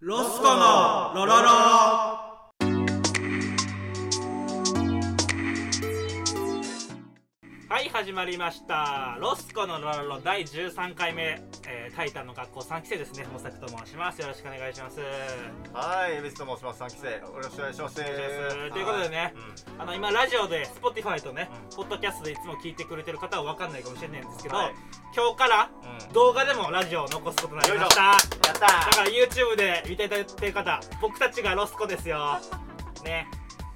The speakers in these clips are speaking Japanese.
ロスコのロロロはい始まりましたロスコのロロロ第13回目、えー、タイタンの学校3期生ですね本作と申しますよろしくお願いしますはい、恵比寿と申します。三期生、よろしくお願いします。と願いしますということでねあの今ラジオで Spotify とね、うポッドキャストでいつも聞いてくれてる方は分かんないかもしれないんですけど、はい今日からうん、動画でもラジオを残すことになりましたやっただから YouTube で見ていただいてる方僕たちがロスコですよね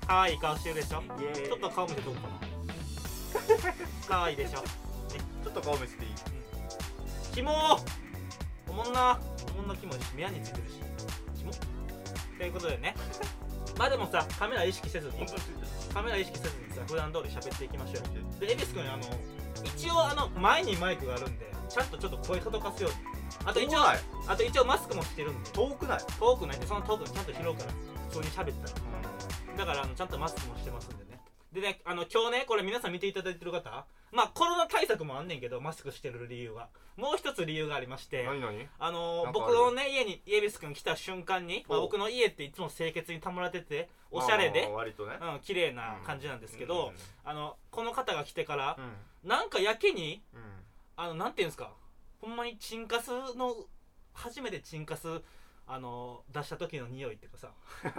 可愛い顔してるでしょー。イエーイちょっと顔見てどうかな可愛いでしょちょっと顔見せていい。キモおもんなおもんなキモいし目やについてるしキモということでねまあでもさカメラ意識せずにについてる。カメラ意識せずにさ普段通り喋っていきましょうよで恵比寿君あの一応あの前にマイクがあるんでちゃんとちょっと声届かすようにあと一応ない。あと一応マスクもしてるんで遠くない。遠くないんでその遠くにちゃんと拾うから普通に喋ったらだからあのちゃんとマスクもしてますんでねでねあの今日ねこれ皆さん見ていただいてる方まあコロナ対策もあんねんけどマスクしてる理由はもう一つ理由がありまして何何。あのーなんかあ僕るのね家に家ビス君来た瞬間に、まあお僕の家っていつも清潔に保られてておしゃれまあで、割とね。うん、綺麗な感じなんですけど、あのこの方が来てからうん。、うん。なんかやけにうんあのなんていうんですかほんまにチンカスの初めてチンカスあの出した時の匂いっていうか さ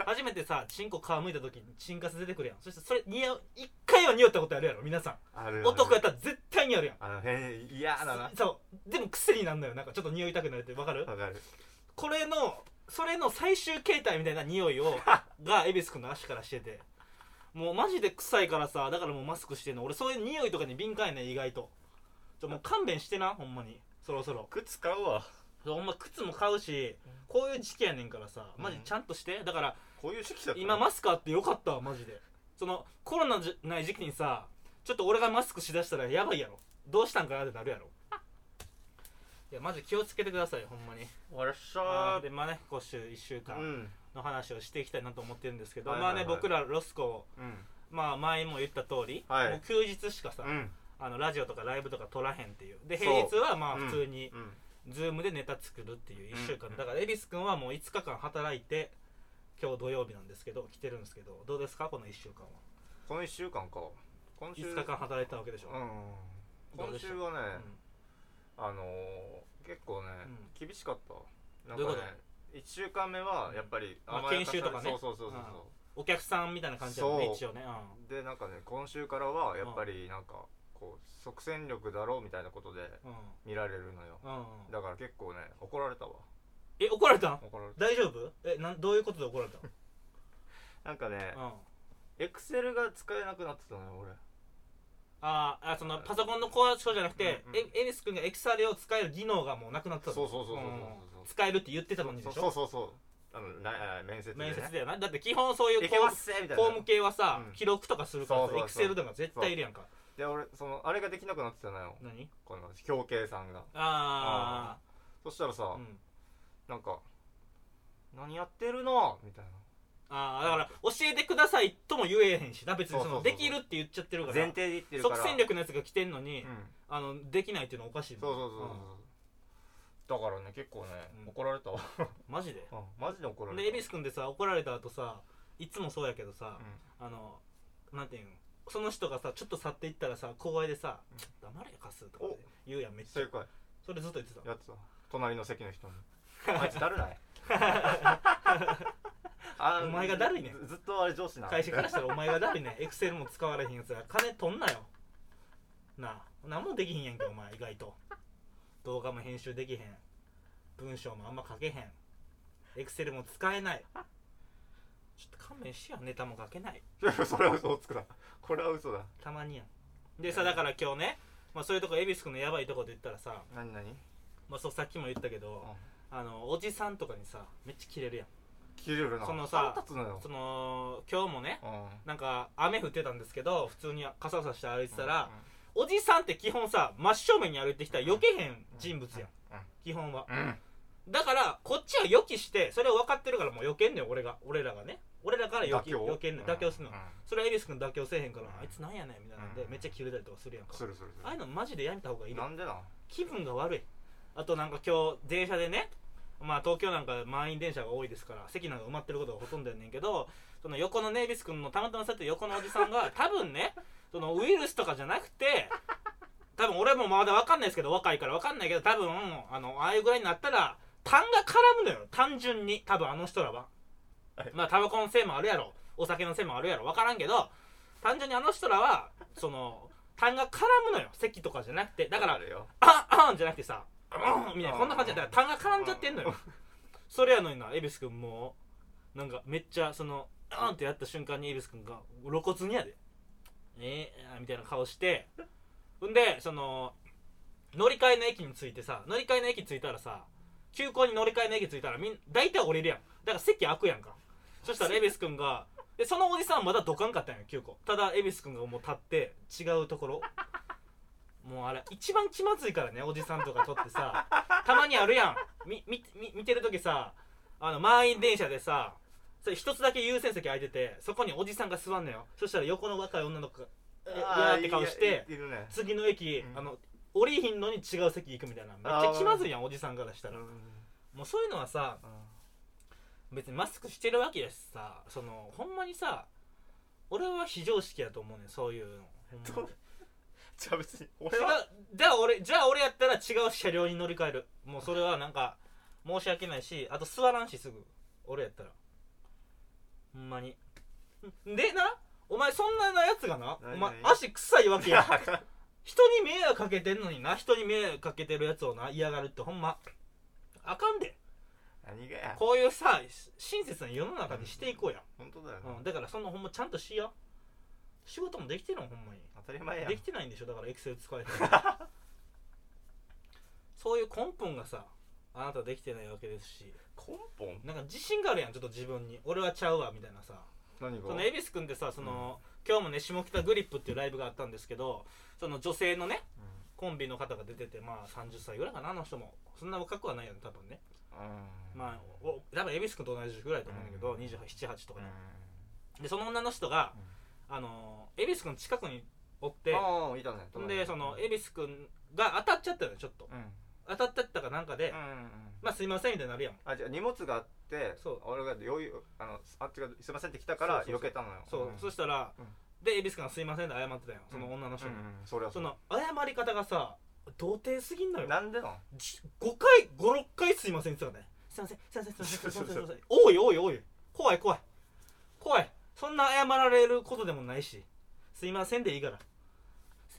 初めてさチンコ皮むいた時にチンカス出てくるやんそしてそれ匂う一回は匂ったことあるやろ皆さあるんよね男やったら絶対にあるやんあの、へん、嫌だな。わそうでも癖になんのよなんかちょっと匂いたくなるってわかる かる。これのそれの最終形態みたいな匂いをが恵比寿君の足からしててもうマジで臭いからさだからもうマスクしてんの俺そういう匂いとかに敏感やねん意外とちょもう勘弁してなほんまにそろそろ靴買うわ。ほんま靴も買うしこういう時期やねんからさマジちゃんとして、だからこういう色だった。今マスクあってよかったわマジでそのコロナじゃない時期にさちょっと俺がマスクしだしたらやばいやろどうしたんかなってなるやろいやマジ気をつけてくださいほんまにおらっしあーゃでまあね今週1週ー。間、うん。の話をしていきたいなと思ってるんですけど、はいはいはいまあね僕らロスコうん。まあ前も言った通り、はいもう休日しかさ、うん。あのラジオとかライブとか撮らへんっていうでそ平う日はまあうん普通にうん。ズームでネタ作るっていう1週間、うんだから恵比寿君はもう5日間働いて今日土曜日なんですけど来てるんですけどどうですかこの1週間はこの一週間か。今週。 5日間働いたわけでしょ、うん。どう今でした週はうんね。あのー結構ね、厳しかったなんどうかいうこね1週間目はやっぱり、まあ甘やかさ研れ修とかねそうそうそうそうそお客さんみたいな感じだもんねそう一応ね、ううでなんかね今週からはやっぱりなんかこう即戦力だろうみたいなことでんうん見られるのようんうん、だから結構ね怒られたわえ怒られたん怒られた大丈夫えなんどういうことで怒ら れたのなんかねうんエクセルが使えなくなってたのよ俺あーあそのパソコンの壊そうじゃなくて、うんうんえエビス君がエクサルを使える技能がもうなくなってたそうのそうそうそうそううん使えるって言ってたのにでしょそうそうそうあのなあ面接で、ね、面接だよなだって基本そういうい公けますせみたいな務系はさ、うん記録とかするからそさうそうエそうクセルとか絶対いるやんかで俺そのあれができなくなってたのよ何この表計算があそしたらさ、あうん、なんか「何やってるの?」みたいああだから教えてくださいとも言えへんしな別にそのそうそうそでうきるって言っちゃってるかなら前提で言ってるから即戦力のやつが来てんのうに、んあのできないっていうのはおかしいもそんうそうそうそうだからね結構ねうん怒られたわうんマジでマジで怒られでた恵比寿君でさ怒られた後さいつもそうやけどさ、うんあのなんていうのその人がさちょっと去っていったらさ公園でさうん「黙れよカス」とかって言うやんめっちゃ正解それずっと言ってたやってた隣の席の人にあいつだるないあお前がだるいねんずずっとあれ上司な会社からしたらお前が誰ねエクセルも使われへんやつら金取んなよなあ何もできひんやんけお前意外と動画も編集できへん文章もあんま書けへんエクセルも使えないちょっと勘弁しやネタも書けないそれは嘘をつくなこれは嘘だたまにやんでさだから今日ね、まあ、そういうとこ恵比寿君のやばいとこで言ったらさ、何何まあ、そうさっきも言ったけど、あのおじさんとかにさめっちゃキレるやん切れるなそのさ腹立つのよその今日もねうんなんか雨降ってたんですけど普通に傘さして歩いてたらう、んおじさんって基本さ真正面に歩いてきたら避けへん人物やん、うん基本はうんだからこっちは予期してそれを分かってるからもう避けんねん俺が俺らがね俺らから避け避けんねん妥協するの、うんそれはエリス君妥協せえへんから、うんあいつなんやねんみたいなんで、うんめっちゃキレたりとかするやんかするするすああいうのマジでやめた方がいいるでなんでなん気分が悪いあとなんか今日電車でねまあ東京なんか満員電車が多いですから席なんか埋まってることがほとんどやねんけどその横のネイビス君のたまたま座ってる横のおじさん が多分ねそのウイルスとかじゃなくて多分俺もまだ分かんないですけど若いから分かんないけど多分あのああいうぐらいになったら痰が絡むのよ単純に多分あの人らは、はいまあタバコのせいもあるやろお酒のせいもあるやろ分からんけど単純にあの人らはその痰が絡むのよ咳とかじゃなくてだからあれよあんあんじゃなくてさうんみたいなこんな感じでだから痰が絡んじゃってんのよそれやのにな恵比寿君もうなんかめっちゃそのあんってやった瞬間に恵比寿君が露骨にやでえー、みたいな顔してんでその乗り換えの駅に着いてさ乗り換えの駅着いたらさ急行に乗り換えの駅着いたらみん大体降りるやんだから席空くやんかそしたら恵比寿君がでそのおじさんはまだどかんかったんよ急行ただ恵比寿君がもう立って違うところもうあれ一番気まずいからねおじさんとか撮ってさたまにあるやんみみみ見てる時さあの満員電車でさそれ一つだけ優先席空いててそこにおじさんが座んのよそしたら横の若い女の子が「えいやあー」って顔していいるね次の駅、うんあの降りひんのに違う席行くみたいなめっちゃ気まずいやんおじさんからしたうらんもうそういうのはさ別にマスクしてるわけやしさそのほんまにさ俺は非常識やと思うねんそういうのほんまにどうじゃあ別に違俺うはじゃあ俺じゃあ俺やったら違う車両に乗り換えるもうそれはなんか申し訳ないしあと座らんしすぐ俺やったらほんまにんでなお前そんなやつがな何お前 何足臭いわけいやや人に迷惑かけてんのにな人に迷惑かけてるやつをな嫌がるってほんまあかんで何がやこういうさし親切な世の中にしていこうや、本当だよなうん、だからそんなほんまちゃんとしや仕事もできてるのほんまに当たり前やんできてないんでしょだからエクセル使えてない そういう根本がさあなたできてないわけですし根本なんか自信があるやんちょっと自分に俺はちゃうわみたいなさ何がその恵比寿君ってさその、今日もね下北グリップっていうライブがあったんですけどその女性のねうコンビの方が出ててまあ30歳ぐらいかなあの人もそんな若くはないよね多分ねんまあお多分恵比寿君と同じぐらいと思うんだけど、うん278とかうんね、でその女の人がうん、あの恵比寿君近くにおってああいたねほんでそのえ恵比寿君が当たっちゃったのよちょっとうん当たっちゃったかなんかで、うんまあすいませんみたいになるやんあじゃあ荷物があってそう俺が余裕あのあっちがすいませんって来たからそうそう避そうけたのよそう、んそしたら、うんで恵比寿君がすいませんって謝ってたよその女の人うに、んそれはその謝り方がさ童貞すぎんのよなん でなんじ5回56回すいませんって言ってたからねすいませんすいませんすいませんすいませんすいませんおいおいおい怖い怖い怖いそんな謝られることでもないしすいませんでいいから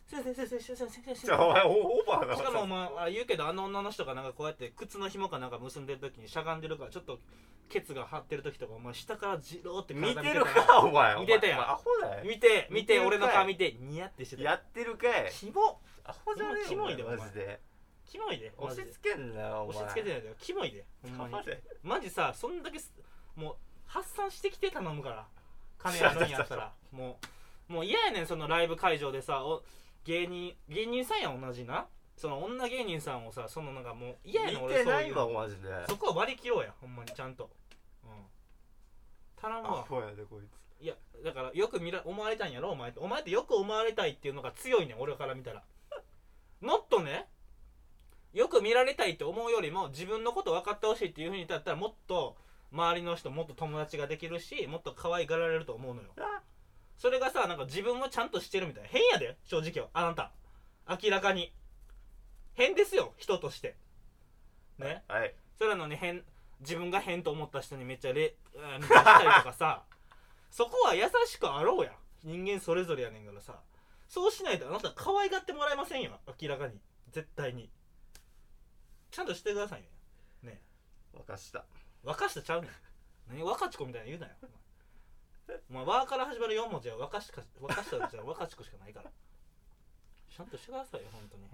すいませんすいませんすいませんすいませんすいじゃませあんお前オーバーだしかもお前あ言うけどあの女の人がなんかこうやって靴の紐かなんか結んでる時にしゃがんでるからちょっとケツが張ってる時とかお前下からじろーって見体てらるかお前見てたやんお前アホだ よ見て見見ててるかい俺の顔見てニヤってしてやたってるかいキモアホじゃねえキモいでお前マジでキモいでマジ押でし付けんなよお前押し付けてないでキモいでほんまに黙れマジさそんだけすもう発散してきて頼むから金やるんやった らもうもう嫌やねんそのライブ会場でさお芸人芸人さんや同じなその女芸人さんをさそのなんかもう嫌やねん見俺てそうないいうわのマジでそこは割り切ろうやほんまにちゃんと、うん、頼アむわホやでこいついやだからよく見ら思われたいんやろお前ってお前ってよく思われたいっていうのが強いねん俺から見たら もっとねよく見られたいって思うよりも自分のこと分かってほしいっていうふうにだったらもっと周りの人もっと友達ができるしもっと可愛がられると思うのよそれがさなんか自分はちゃんとしてるみたいな変やで正直よあなた明らかに変ですよ人としてねはいそれなのに変自分が変と思った人にめっちゃれ、うん、したりとかさ そこは優しくあろうや人間それぞれやねんからさそうしないとあなた可愛がってもらえませんよ明らかに絶対にちゃんとしてくださいねね沸かした若下ちゃうねん何若ち子みたいな言うなよお前お前「わ」から始まる4文字は若しか若下じゃ若ち子しかないからちゃんとしてくださいよ本当に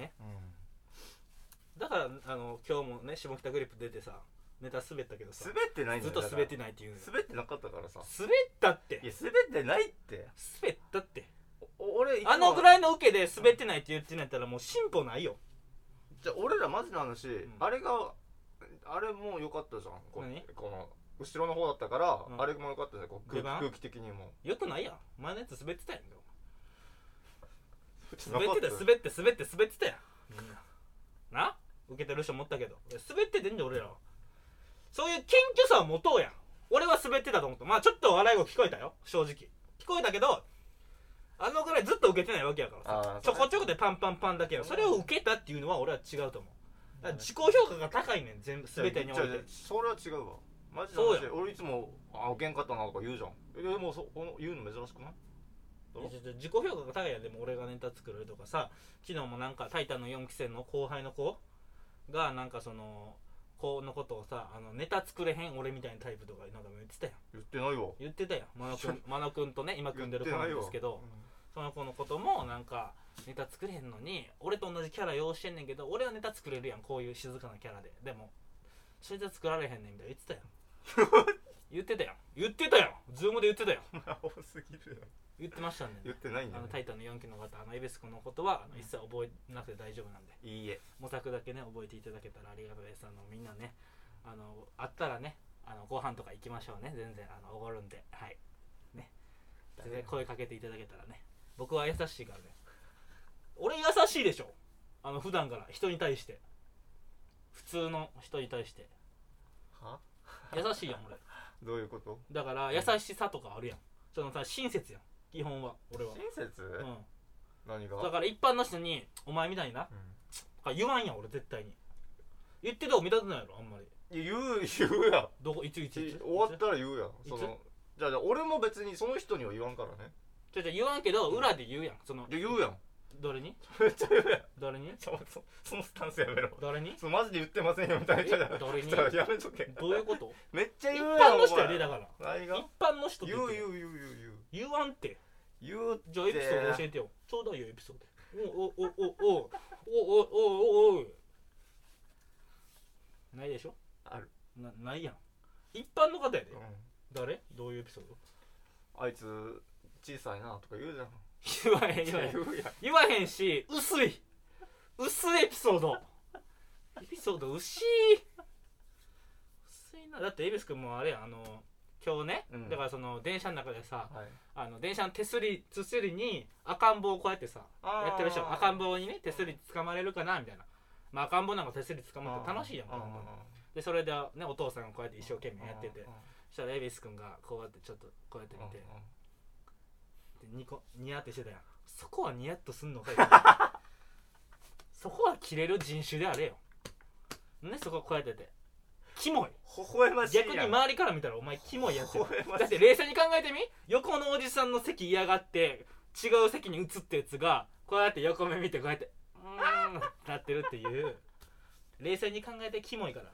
ねだからあの今日もね下北グリップ出てさネタ滑ったけどさ滑ってないんずだっよと滑ってだかないっていうのよら滑ってなかったからさ滑ったっていや滑ってないって滑ったってお俺あのぐらいいの受けで滑ってないって言ってんやったらもう進歩ないよじゃあ俺らマジな話、んあれがあれも良かったじゃんこ何この後ろの方だったから、うんあれも良かったじゃんこう出空番気空気的にもよくないやん前のやつ滑ってたやんけ滑ってた滑って滑って滑ってたやんみんなな受けてる人もおったけどいや滑っててんじゃん俺らはそういう謙虚さを持とうやん俺は滑ってたと思ったまあちょっと笑い声聞こえたよ正直聞こえたけどあのぐらいずっと受けてないわけやからあさーちょこちょこでパンパンパンだけやそれを受けたっていうのは俺は違うと思うだから自己評価が高いねん全部全てにおいじゃあてそれは違うわマジでそうや俺いつも「あ受けんかったな」とか言うじゃんえでもそこの言うの珍しくないいやちょっと自己評価が高いやんでも俺がネタ作るとかさ昨日もなんか「タイタン」の4期生の後輩の子がなんかその子のことをさあのネタ作れへん俺みたいなタイプとかなんか言ってたやん言ってないわ言ってたやん真野 君真野君とね今組んでる子言っなてなんいわですけどその子のこともなんかネタ作れへんのに俺と同じキャラ用意してんねんけど俺はネタ作れるやんこういう静かなキャラででもそれじゃ作られへんねんみたいな言ってたや ん言ってたやん言ってたやんズームで言ってたやん 多すぎる言ってましたね言ってないんだあよのタイタンの4期の方、あのエベス君のことはあの一切覚えなくて大丈夫なんで、いいえ模索だけね、覚えていただけたらありがたいです。あのみんなね、あのあったらね、あのご飯とか行きましょうね、全然あのおごるんで、はい。ね、全然声かけていただけたらね、僕は優しいからね。俺優しいでしょ、あの普段から人に対して、普通の人に対して、は優しいやん、俺。どういうことだから、優しさとかあるやん。そのさ、親切やん、基本は、俺は。親切、うん何がだから一般の人に「お前みたいになうん」とか言わんやん俺絶対に言ってた方見たくないやろあんまりいや言う言うやんどこいついつい終つわっちょたら言うやんそのじゃあじゃあ俺も別にその人には言わんからねちょ言わんけど裏で言うやんそのいや言うや んどれにめっちゃ言うやんどれにちょそそのスタンスやめろどれにそうマジで言ってませんよみたいなえどれにちょやめとけどういうことめっちゃ一言うや般んの人やおで前だから何一が般の人って言言っうてる言う言う言う言う言わんって言うってじゃあエピソード教えてよちょうだいよエピソードおおおおおおおおおおないでしょあるなないやん一般の方やでうん誰どういうエピソード あいつ小さいなとか言うじゃん言わへん言わへん言うやん言わへんし薄い薄いエピソードエピソード薄い薄いなだって恵比寿君もあれやあの今日ね、うんだからその電車の中でさはいあの電車の手すり手すりに赤ん坊をこうやってさあーやってる人赤ん坊にね手すり掴まれるかなみたいな、まあ、赤ん坊なんか手すり掴まって楽しいやんあー子供でそれで、ね、お父さんがこうやって一生懸命やっててあそしたら恵比寿君がこうやってちょっとこうやってー見てうんうんでニコニヤってしてたやんそこはニヤっとすんのかい そこは切れる人種であれよねそここうやっててキモい微笑ましいやん逆に周りから見たらお前キモいやつや微笑ましいだって冷静に考えてみ横のおじさんの席嫌がって違う席に移ったやつがこうやって横目見てこうやってうーんなってるっていう冷静に考えてキモいから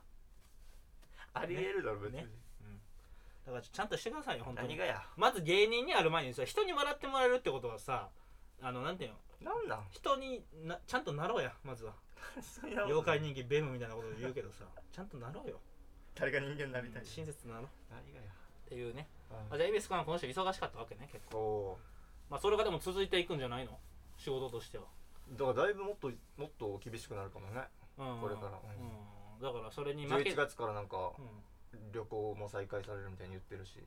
ありえるだろ別にねだからちゃんとしてくださいよ本当にがやまず芸人にある前にさ人に笑ってもらえるってことはさあのなんていうのなんなん人になちゃんとなろうやまずは 妖妖怪人気ベムみたいなこと言うけ どさちゃんとなろうよ誰が人間になりたい親切になろう何がっていうねあやじゃあ恵比寿君はこの人忙しかったわけね結構おまあそれがでも続いていくんじゃないの仕事としてはーだからだいぶもっともっと厳しくなるかもねうんこれからうんだからそれに負けて、11月からなんかうん旅行も再開されるみたいに言ってるし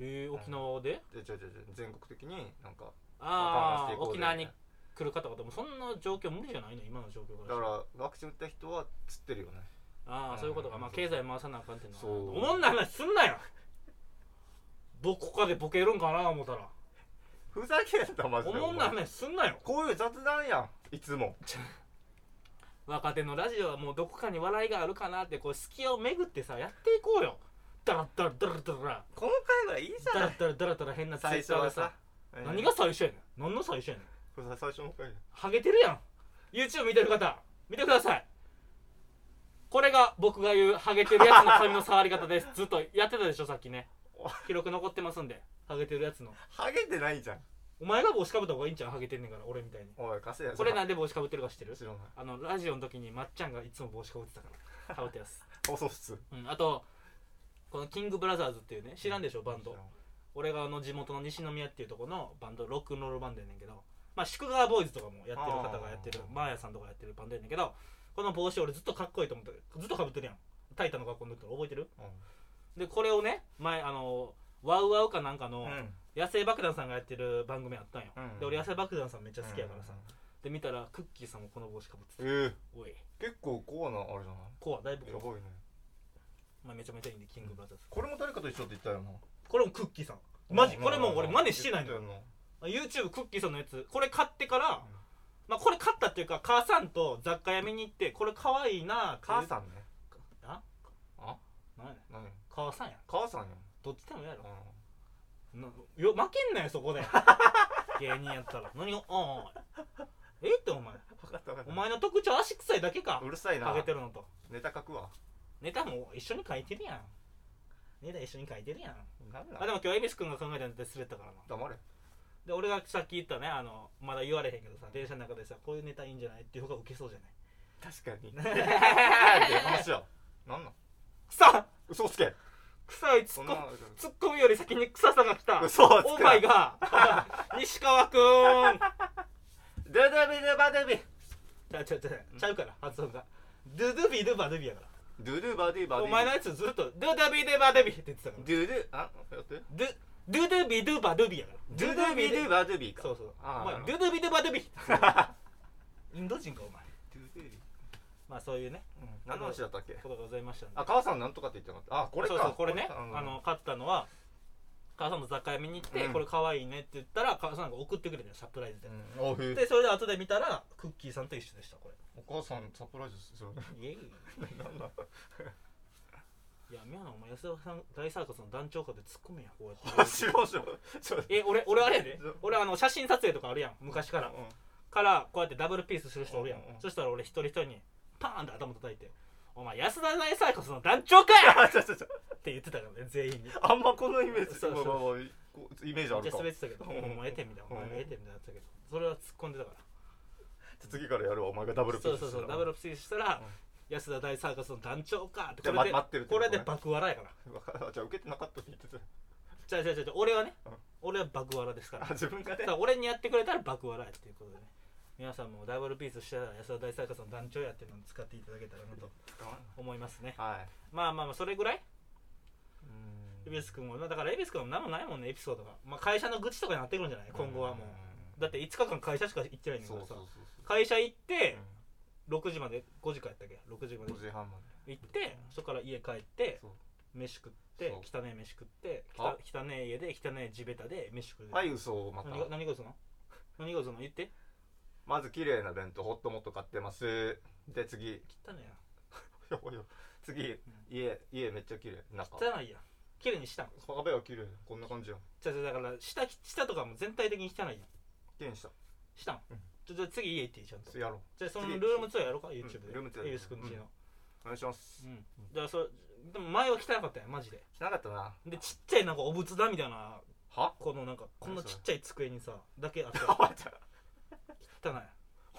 えー、沖縄ででちょいちょいちょい全国的になんかああパーパーしていこう沖ぜ縄に来る方々もそんな状況無理じゃないの今の状況かだらからワクチン打った人は釣ってるよねああそういうことかまあ経済回さなあかんっていうのはそうおもんない話すんなよどこかでボケるんかな思ったらふざけんなマジでおもんない話すんなよこういう雑談やんいつも若手のラジオはもうどこかに笑いがあるかなってこう隙を巡ってさやっていこうよダラダラダラダラこの回はいいじダラダラダラダラ変なツイッ最初ターはがささ何が最初やねん何の最初やねんこれさ最初の回だハゲてるやん YouTube 見てる方見てくださいこれが僕が言うハゲてるやつの髪の触り方ですずっとやってたでしょさっきね記録残ってますんでハゲてるやつのハゲてないじゃんお前が帽子かぶった方がいいんちゃうハゲてんねんから俺みたいにおい稼いやこれなんで帽子かぶってるか知ってる知らないあのラジオの時にまっちゃんがいつも帽子かぶってたからかぶってやす放送室うん、あとこのキングブラザーズっていうね知らんでしょバンド俺があの地元の西宮っていうとこのバンドロックンロールバンドやねんけどまあ宿川ボーイズとかもやってる方がやってるあーマーヤさんとかやってるバンドやねんけどこの帽子俺ずっとかっこいいと思ってるずっとかぶってるやんタイタンの学校の時から覚えてるでこれをね前あのワウワウかなんかうのん野生爆弾さんがやってる番組あったんよ、うんで俺野生爆弾さんめっちゃ好きやからさ、で見たらクッキーさんもこの帽子かぶってえたー、おい結構コアなあれじゃなコアだいぶいやコばいねア、まあ、めちゃめちゃいいんでキングブラザーズこれも誰かと一緒って言ったよなこれもクッキーさんマジうんこれもう俺うん真似してないの言っよたよ YouTube クッキーさんのやつこれ買ってから、んまあこれ買ったっていうか母さんと雑貨屋見に行ってこれ可愛いな母んさんねああなんやねん何母さんやん母さんやんどっちでもやろうなよ負けんなよそこ で芸人やったら何をおいおいえってお前ん分かった分かったお前の特徴足臭いだけかうるさいなかけてるのとネタ書くわネタも一緒に書いてるやんネタ一緒に書いてるやん何あでも今日恵比寿君が考えたのって滑ったからな黙れで俺がさっき言ったねあのまだ言われへんけどさ電車の中でさこういうネタいいんじゃないっていう方がウケそうじゃない確か にって話やなんなん臭嘘つけ臭いツそッんコなミツッコミより先に臭さが来た嘘をつオーけマイが西川くんドゥドゥビドゥバドゥビちゃうちゃうちゃうちゃうから発音がドゥドゥビドゥバドゥビやかドゥドゥバディバらディお前のやつずっとドゥドゥビドゥバドゥビって言ってたからドゥドゥあやってドゥドゥドゥビドゥバドゥビやからドゥドゥビドゥバドゥビかそうそうあーお前なるドほどゥドゥビドゥバドゥビインド人かお前ドゥドゥビまあそういうね何の話だったっけことがございましたんであ母さんなんとかって言ってなかったあこれかそうそうこれねかうんあの買ったのは母さんの雑貨屋見に行って、うんこれ可愛いねって言ったら母さんが送ってくれたよサプライズで、うんおへえでそれで後で見たらクッキーさんと一緒でしたこお母さんサプライズする れイエイなんだいや宮野お前安田さん大サーカスの団長かで突っ込めやこうやって 面白いちょっとえ俺俺あれやで俺あの写真撮影とかあるやん昔からからこうやってダブルピースする人おるやん、うんうんうんそしたら俺一人一人にパーンって頭叩いて「お前安田大サーカスの団長かや!」あちょちょちょって言ってたからね全員にあんまこのイメージそうそうまあまあまあこうイメージあめっるちゃか滑ってたけど「うんうんお前ええて」みたいな「お前がええて」みたいなやってたけどそれは突っ込んでたから次からやるわお前がダブルピそーうスそうそうしたダらブルプレイしたら、安田大サーカスの団長かってじゃあこれで、ま待ってるってこことねれで爆笑やからあじゃあ受けてなかったって言ってたじゃじゃじゃ俺はね、うん俺は爆笑ですからあ自分がねだから俺にやってくれたら爆笑やっていうことでね皆さんもダブルピースしたら安田大サーカスの団長やっていうのを使っていただけたらなと思いますねはいまあまあまあそれぐらいう恵ん比寿君もだから恵比寿君も何もないもんねエピソードが、まあ、会社の愚痴とかになってくるんじゃない今後はもうだって5日間会社しか行ってないんだかそうらそさうそう会社行っうてん6時まで5時かやったっけ6時まで5時半ま行ってそこから家帰ってでそう飯食って汚ねえ飯食ってあきた汚ねえ家で汚ねえ地べたで飯食うはい嘘をまた何が何が嘘なの何が嘘なの言ってまず綺麗な弁当ホットモット買ってますで次汚ねえややばいよ次家家めっちゃ綺麗中汚いやん綺麗にしたん壁は綺麗こんな感じやんじゃあじゃあだから下下とかも全体的に汚いやん綺麗にしたしたんうんじゃあじゃあ次家行っていいちゃんとやろうじゃあそのルームツアーやろうか YouTube でルームツアーエビス君ちのお願いしますうんじゃあそれでも前は汚かったやんマジでしなかったなでちっちゃいなんかお仏壇みたいなはこのなんかこんなちっちゃい机にさだけあった お前ちゃん汚い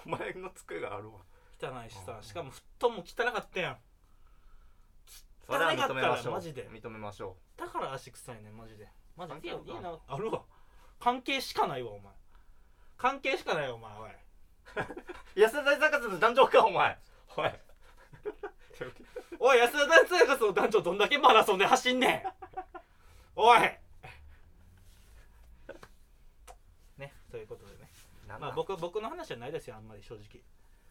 お前の机があるわ汚いしさうんしかも布団も汚かったやんそれは認めましょうマジで認めましょだから足臭いねんマジでマジでいい関係あるかなあるわ関係しかないわお前関係しかないわお前おいう安田大サーカスの誕生かお前おい おい安田大生活の団長どんだけマラソンで走んねん おいねということでねなんまだあ僕僕の話じゃないですよあんまり正直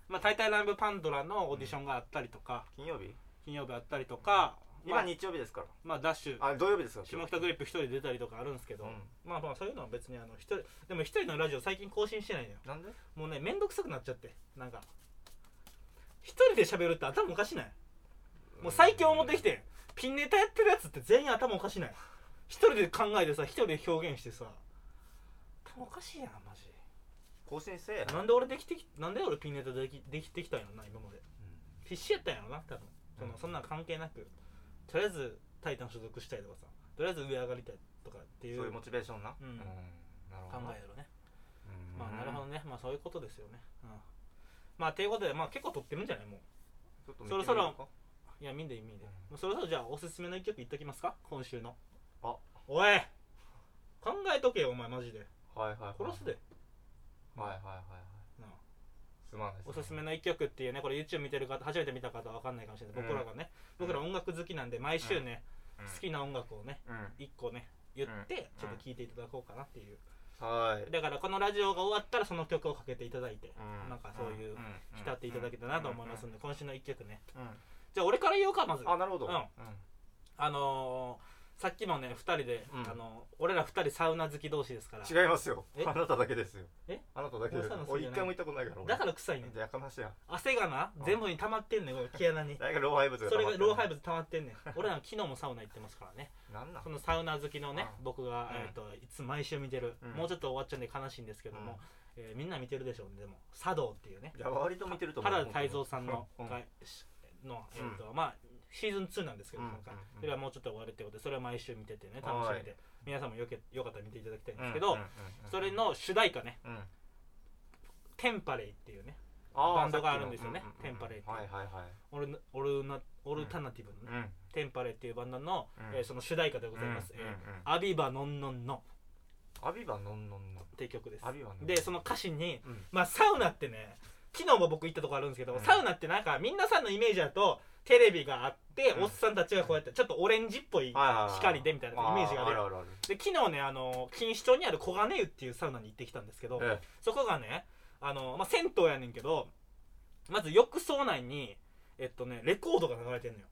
まあ大体ライブパンドラのオーディションがあったりとか、金曜日金曜日あったりとか、ま今あ、日曜日ですからまあダッシュあ土曜日ですから下北グリップ一人で出たりとかあるんですけど、うんまあまあそういうのは別にあの一人でも一人のラジオ最近更新してないのよなんでもうねめんどくさくなっちゃってなんか一人で喋るって頭おかしないもう最近思ってきてピンネタやってるやつって全員頭おかしない一人で考えてさ一人で表現してさ頭おかしいやんマジ更新せえやなんで俺できてきなんで俺ピンネタできできてきたんやろな今まで必死やったんやろな多分その、うんそんなん関係なくとりあえずタイタン所属したいとかさとりあえず上上がりたいとかっていうそういう考モチベーションなうんなるえやほどなろねうんまあなるほどねまあそういうことですよねうんまあということでまあ結構撮ってるんじゃないもうちょっと見そろそてみろようかいや、見んでいい、見んでいい。もうんうそろそろじゃあ、おすすめの一曲いっときますか今週の。あおい考えとけよ、お前、マジで。はいはいはい殺すで。はいはいはいはいなあすまないですおすすめの一曲っていうね、これ YouTube 見てる方、初めて見た方は分かんないかもしれない。うん僕らがね、僕ら音楽好きなんで、毎週ね、うん好きな音楽をね、うん一個ね、言って、うちょんっと聴いていただこうかなっていうはいだからこのラジオが終わったらその曲をかけていただいて、うんなんかそういう浸っていただけたらなと思いますんで、今週の1曲ねうんうんじゃあ俺から言おうかまずあなるほどうんあのー、さっきもね2人で、うんあのー俺ら2人サウナ好き同士ですから違いますよえあなただけですよえあなただけですお母さんのせ俺いじゃ一ない回も行ったことないから俺だから臭いねんじゃあやかましいや汗がなうん全部に溜まってんねんこの毛穴に誰が老廃物がそれが老廃物物溜まってんねん俺ら昨日もサウナ行ってますからねなんなんそのサウナ好きのねうん僕が、うんえっといつ毎週見てる、うんもうちょっと終わっちゃうんで悲しいんですけども、うんえーみんな見てるでしょうねでも茶道っていうねいや割と見てると思う原田泰造さんの,うんが、しのえっとまあシーズン2なんですけど、うん今回うんそれはもうちょっと終わるってことでそれは毎週見ててね楽しんで皆さんもよけよかったら見ていただきたいんですけど、うんうんうんそれの主題歌ねうん「テンパレイ」っていうねあーバンドがあるんですよねさっきテのンパレイっていうはいはいはいオルオルナオルタナティブのね、うんテンパレイっていうバンドの、うんえーその主題歌でございます「うんえーうんうんアビバノンノンノン」アビバノンノンノンっていう曲ですアビバノンノンでその歌詞に、うんまあサウナってね昨日も僕行ったとこあるんですけど、うんサウナってなんかみんなさんのイメージだとテレビがあって、うんおっさんたちがこうやってちょっとオレンジっぽい、はいはいはい光でみたいなイメージがねあるあるあるで昨日ねあの錦糸町にある黄金湯っていうサウナに行ってきたんですけど、ええそこがねあの、まあ、銭湯やねんけどまず浴槽内にえっとねレコードが流れてんのよ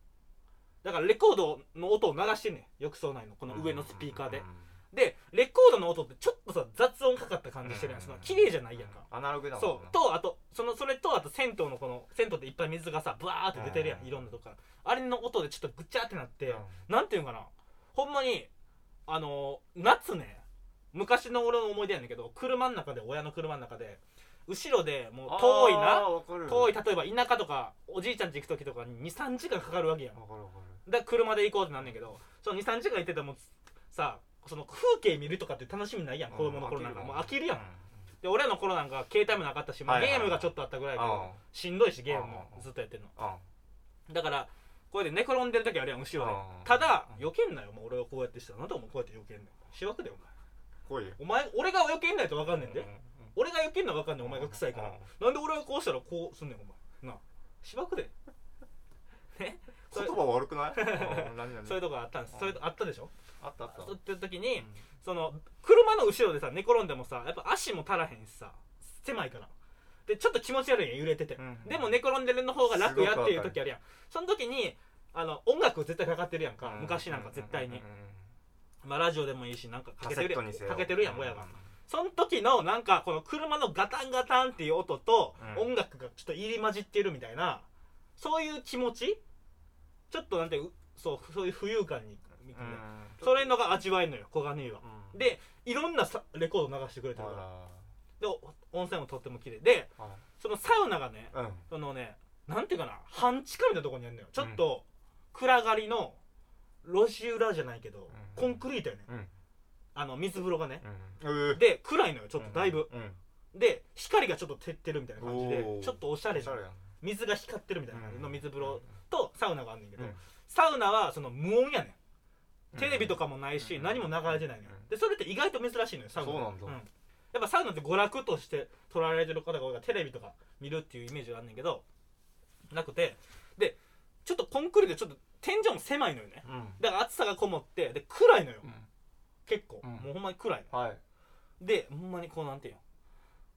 だからレコードの音を流してんねん浴槽内のこの上のスピーカーで、うんうんうんでレコードの音ってちょっとさ雑音かかった感じしてるやんその綺麗じゃないやんか、アナログだもんなそうとあとそのそれとあと銭湯のこの銭湯っていっぱい水がさブワーって出てるやうんんいろんなとこからあれの音でちょっとぐちゃってなって、うなんていうんかなほんまにあのー夏ね昔の俺の思い出やねんけど車の中で親の車の中で後ろでもうん遠いあなーわかる遠いわ例えば田舎とかおじいちゃんち行く時とかに23時間かかるわけやんだかかるわから車で行こうってなんねんけどその23時間行っててもさその風景見るとかって楽しみないやんる子供の頃なんかうんもう飽きるやんうんで俺らの頃なんか携帯もなかったし、まあ、はいゲはいームがちょっとあったぐらいやけど、うんしんどいしゲームもうんずっとやってるのあだからこうやって寝転んでる時あるやん後ろでうんただ避けんなよもう俺がこうやってしたらなんでお前こうやって避けんねんしわくで来いよお前お前俺が避けんないと分かんねんで、うんうん俺が避けんのは分かんねんお前が臭いから、なんで俺がこうしたらこうすんねんお前なあしわくでねそれ言葉悪くないうん何々そういうとこあったんですそれあったでしょあったあったそうって時に、うんその車の後ろでさ寝転んでもさやっぱ足も足らへんしさ狭いからでちょっと気持ち悪いやん揺れてて、うんでも寝転んでるの方が楽やっていうすごくわか時あるやんその時にあの音楽絶対かかってるやんか、昔なんか絶対に、うんうんうんうんまあ、ラジオでもいいしなんかかカけセてるやットんにせよかけてるやん親うがんその時のなんかこの車のガタンガタンっていう音とうん音楽がちょっと入り混じってるみたいなそういう気持ちちょっとなんてうそうそういう浮遊感にみたいな、それのが味わえるのよ黄金湯は、うんでいろんなさレコード流してくれてるからあでお温泉もとっても綺麗でらはいそのサウナがねうんそのねなんていうかな半地下みたいなとこにあるのよちょっと暗がりの路地裏じゃないけど、うんコンクリートやね、うんあの水風呂がね、うんで暗いのよちちょっとだいぶ、で光がちょっと照ってるみたいな感じでおーちょっとおしゃれな水が光ってるみたいな感じの水風呂とサウナがあるんだけど、うんサウナはその無音やねんテレビとかかもないし、うん何も流れてないのよ、うんでそれって意外と珍しいのよサウナそうなんだやっぱサウナって娯楽として捉えられてる方が多いからテレビとか見るっていうイメージがあんねんけどなくてでちょっとコンクリートでちょっと天井も狭いのよねうんだから暑さがこもってで暗いのよ、結構、うんもうほんまに暗いのはいでほんまにこうなんていうの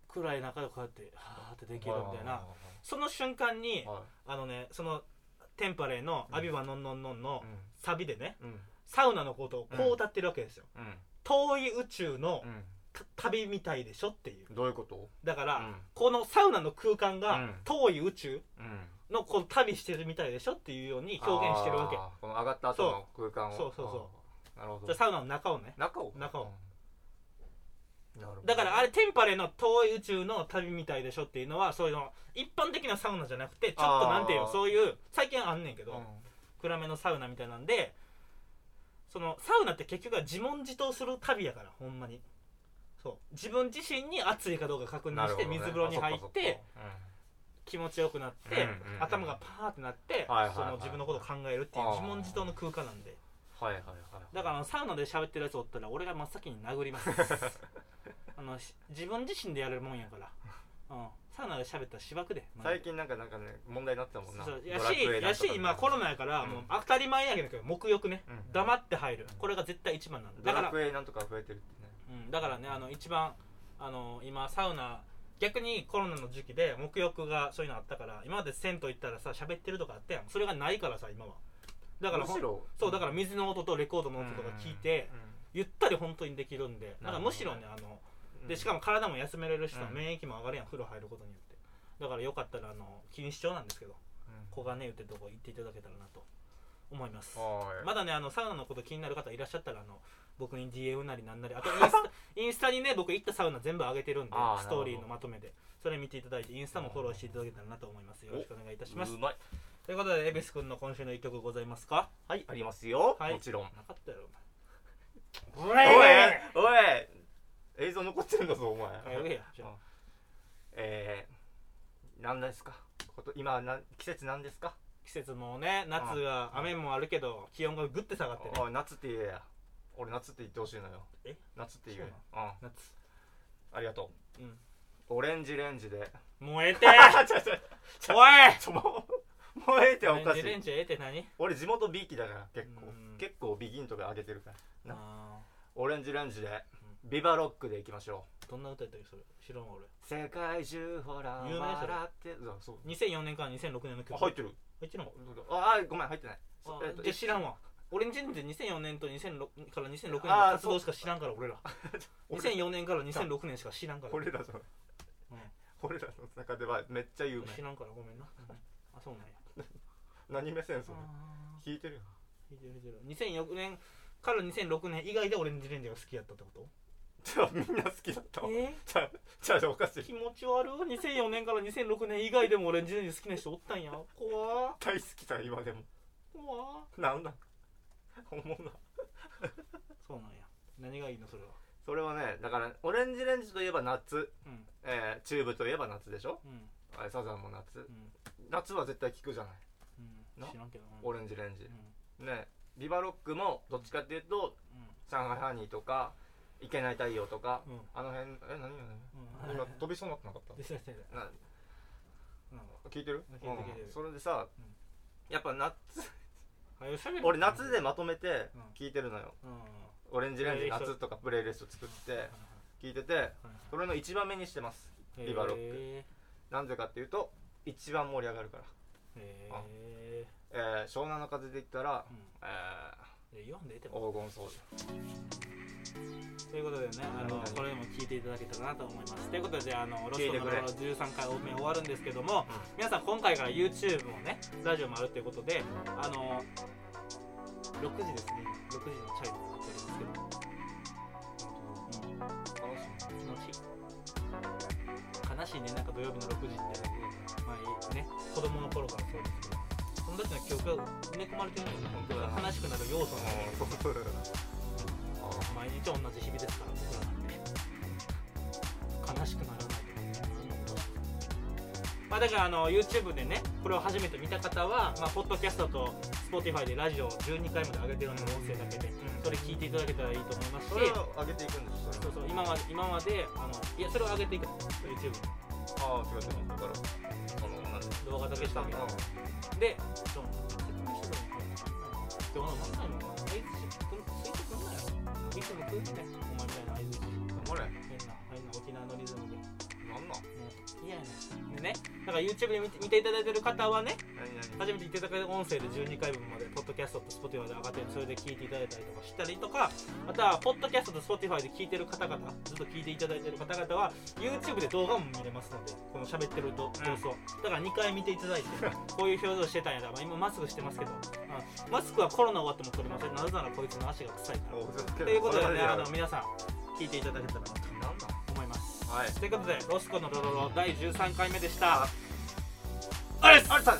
暗い中でこうやってはーってできるみたいなその瞬間にはあのねそのテンパレーの「うんアビバノンノンノン」いのサビでねうんサウナのことをこう歌ってるわけですよ、うん遠い宇宙のうんた旅みたいでしょっていうどういうことだから、うんこのサウナの空間うがん遠い宇宙うんのこの旅してるみたいでしょっていうように表現してるわけあーこの上がった後の空間をそうそうそうあーなるほじゃあどサウナの中をね中を中をうんなるほどだからあれテンパレーの遠い宇宙の旅みたいでしょっていうのはそういうの一般的なサウナじゃなくてちょっとなんていうのあーそういう最近あんねんけど、うん暗めのサウナみたいなんでそのサウナって結局は自問自答する旅やからほんまにそう自分自身に暑いかどうか確認なるしほてどね水風呂に入っあそかてそっかうん気持ちよくなって、うんうん頭がパーってなって、はいはいはいその自分のことを考えるっていうあー自問自答の空間なんではいはいはいだからあのサウナで喋ってるやつおったら俺が真っ先に殴 りますあのし自分自身でやれるもんやから、うん、サウナで喋ったらしばくでマジで最近なんかなんかね問題になってたもんなそうやドラクエなんしとかやし今コロナやからうんもう当たり前やけど黙浴ねうん黙って入るうんこれが絶対一番なんだドだかラらクエなんとか増えてるってねううん、だからねあの一番あの今サウナ逆にコロナの時期で沐浴がそういうのあったから今まで銭湯行ったらさ喋ってるとかあったやんそれがないからさ今はだからほんむしろそうだから水の音とレコードの音とか聞いて、ゆったり本当にできるんでなんかむしろねあのでしかもも体も休めれるしさ、うん免疫も上がるやん風呂入ることによってだからよかったらあの錦糸町なんですけど小金湯ってとこ行っていただけたらなと思いますまだねあのサウナのこと気になる方いらっしゃったらあの僕に DM なりなんなりあとイン スタインスタにね僕行ったサウナ全部上げてるんであーストーリーなるのほどまとめでそれ見ていただいてインスタもフォローしていただけたらなと思いますよろしくお願いいたしますうまいということで恵比寿君の今週の一曲ございますかはいありますよはいもちろんなかったやろおおいおい映像残ってるんだぞお前あ前げやじゃあえー何ですかこと今なん季節なんですか季節もね夏が雨もあるけど気温がぐって下がってねおい夏って言えや俺夏って言ってほしいのよえ夏って言えそううん夏ありがとうんうオレンジレンジで燃 えてあちょちょおいちょもうもうええっておオかレしンジレンいジええって何俺地元ビーキだから結構うん結構ビギンとか上げてるからなあオレンジレンジでビバロックでいきましょーどんな歌やったっけそれ知らんわ俺う世界中ほら有名それ笑ってそうそう2004年から2006年の曲あ入ってる入ってるのああごめん入ってないあえっとじゃあ知らんわ俺に全然2004年と2006から2006年のあー活動しか知らんから俺ら 俺2004年から2006年しか知らんから俺らの、うん俺らの中ではめっちゃ有名知らんからごめんなあそうなんや何目線それ聞いてるよ見てる見てる2004年から2006年以外でオレンジレンジが好きやったってこじゃあみんな好きだったわとえじゃあじゃあじゃあおかしい気持ち悪い2004年から2006年以外でもオレンジレンジ好きな人おったんや怖ー大好きだ今でも怖ーなんだ思うなそうなんや何がいいのそれはそれはねだからオレンジレンジといえば夏、うんえーチューブといえば夏でしょうんあれサザンも夏うん夏は絶対聞くじゃないうんな知らんけどうんオレンジレンジうんねビバロックもどっちかっていうと上海ハニーとかいけない太陽とか、うんあの辺え何何うんうん今飛びそうになってなかっで先生たななんか聞いてる聞いてる聞いてるうんそれでさ、やっぱ夏はよしゃべる俺夏でまとめて聞いてるのよ、うんうんオレンジレンジプレイリスト夏とかプレイリスト作って聞いててそれの一番目にしてますへーリバロックなんでかっていうと一番盛り上がるから、へあええー湘南の風で言ったら、え読んでてーも黄金ソウルということでねあのこれも聞いていただけたらなと思いますということであのロス聞いトてのくれ13回目終わるんですけどもう皆さん今回から YouTube もねラジオもあるということであの6時ですね6時のチャイムになっておりますけど、うん楽しみ気持ちいい悲しいねなんか土曜日の6時ってまあね子供の頃からそうですけどその時の記憶が埋め込まれてるんですよ本当は悲しくなる要素がねそうそうそう毎日同じ日々ですから僕らなんて悲しくならないとまあだからあの YouTube でねこれを初めて見た方は、まあ、ポッドキャストと Spotify でラジオを12回まで上げてるので音声だけでそれ聞いていただけたらいいと思いますしそれを上げていくんですよそそれうそう今まで今まであのいやそれを上げていく YouTube にああ違う違うだからそのなんで動画だけしたわけうんで、そう説明してたのに今日のまさにあいつくんついてくんなよいつも来るねお前みたいなあいつ頑張れ変な変な沖縄のリズムでもなんなんう嫌やねんでねだから YouTube で見て見ていただいてる方はね何何初めて言っていただいた音声で12回分まで、ポッドキャストと Spotify で上がってるそれで聞いていただいたりとかしたりとか、あとは、ポッドキャストと Spotify で聞いてる方々、ずっと聞いていただいてる方々は、YouTube で動画も見れますので、この喋ってるとうん様子を。だから2回見ていただいて、こういう表情してたんやら、まあ、今マスクしてますけど、うんマスクはコロナ終わっても取れません。なぜならこいつの足が臭いかおふざけんら。とないうことでそれまね、やあろの、皆さん、聞いていただけたらなとなんなん思います。はいということで、ロスコのロロロ第13回目でした。あれっすあれさ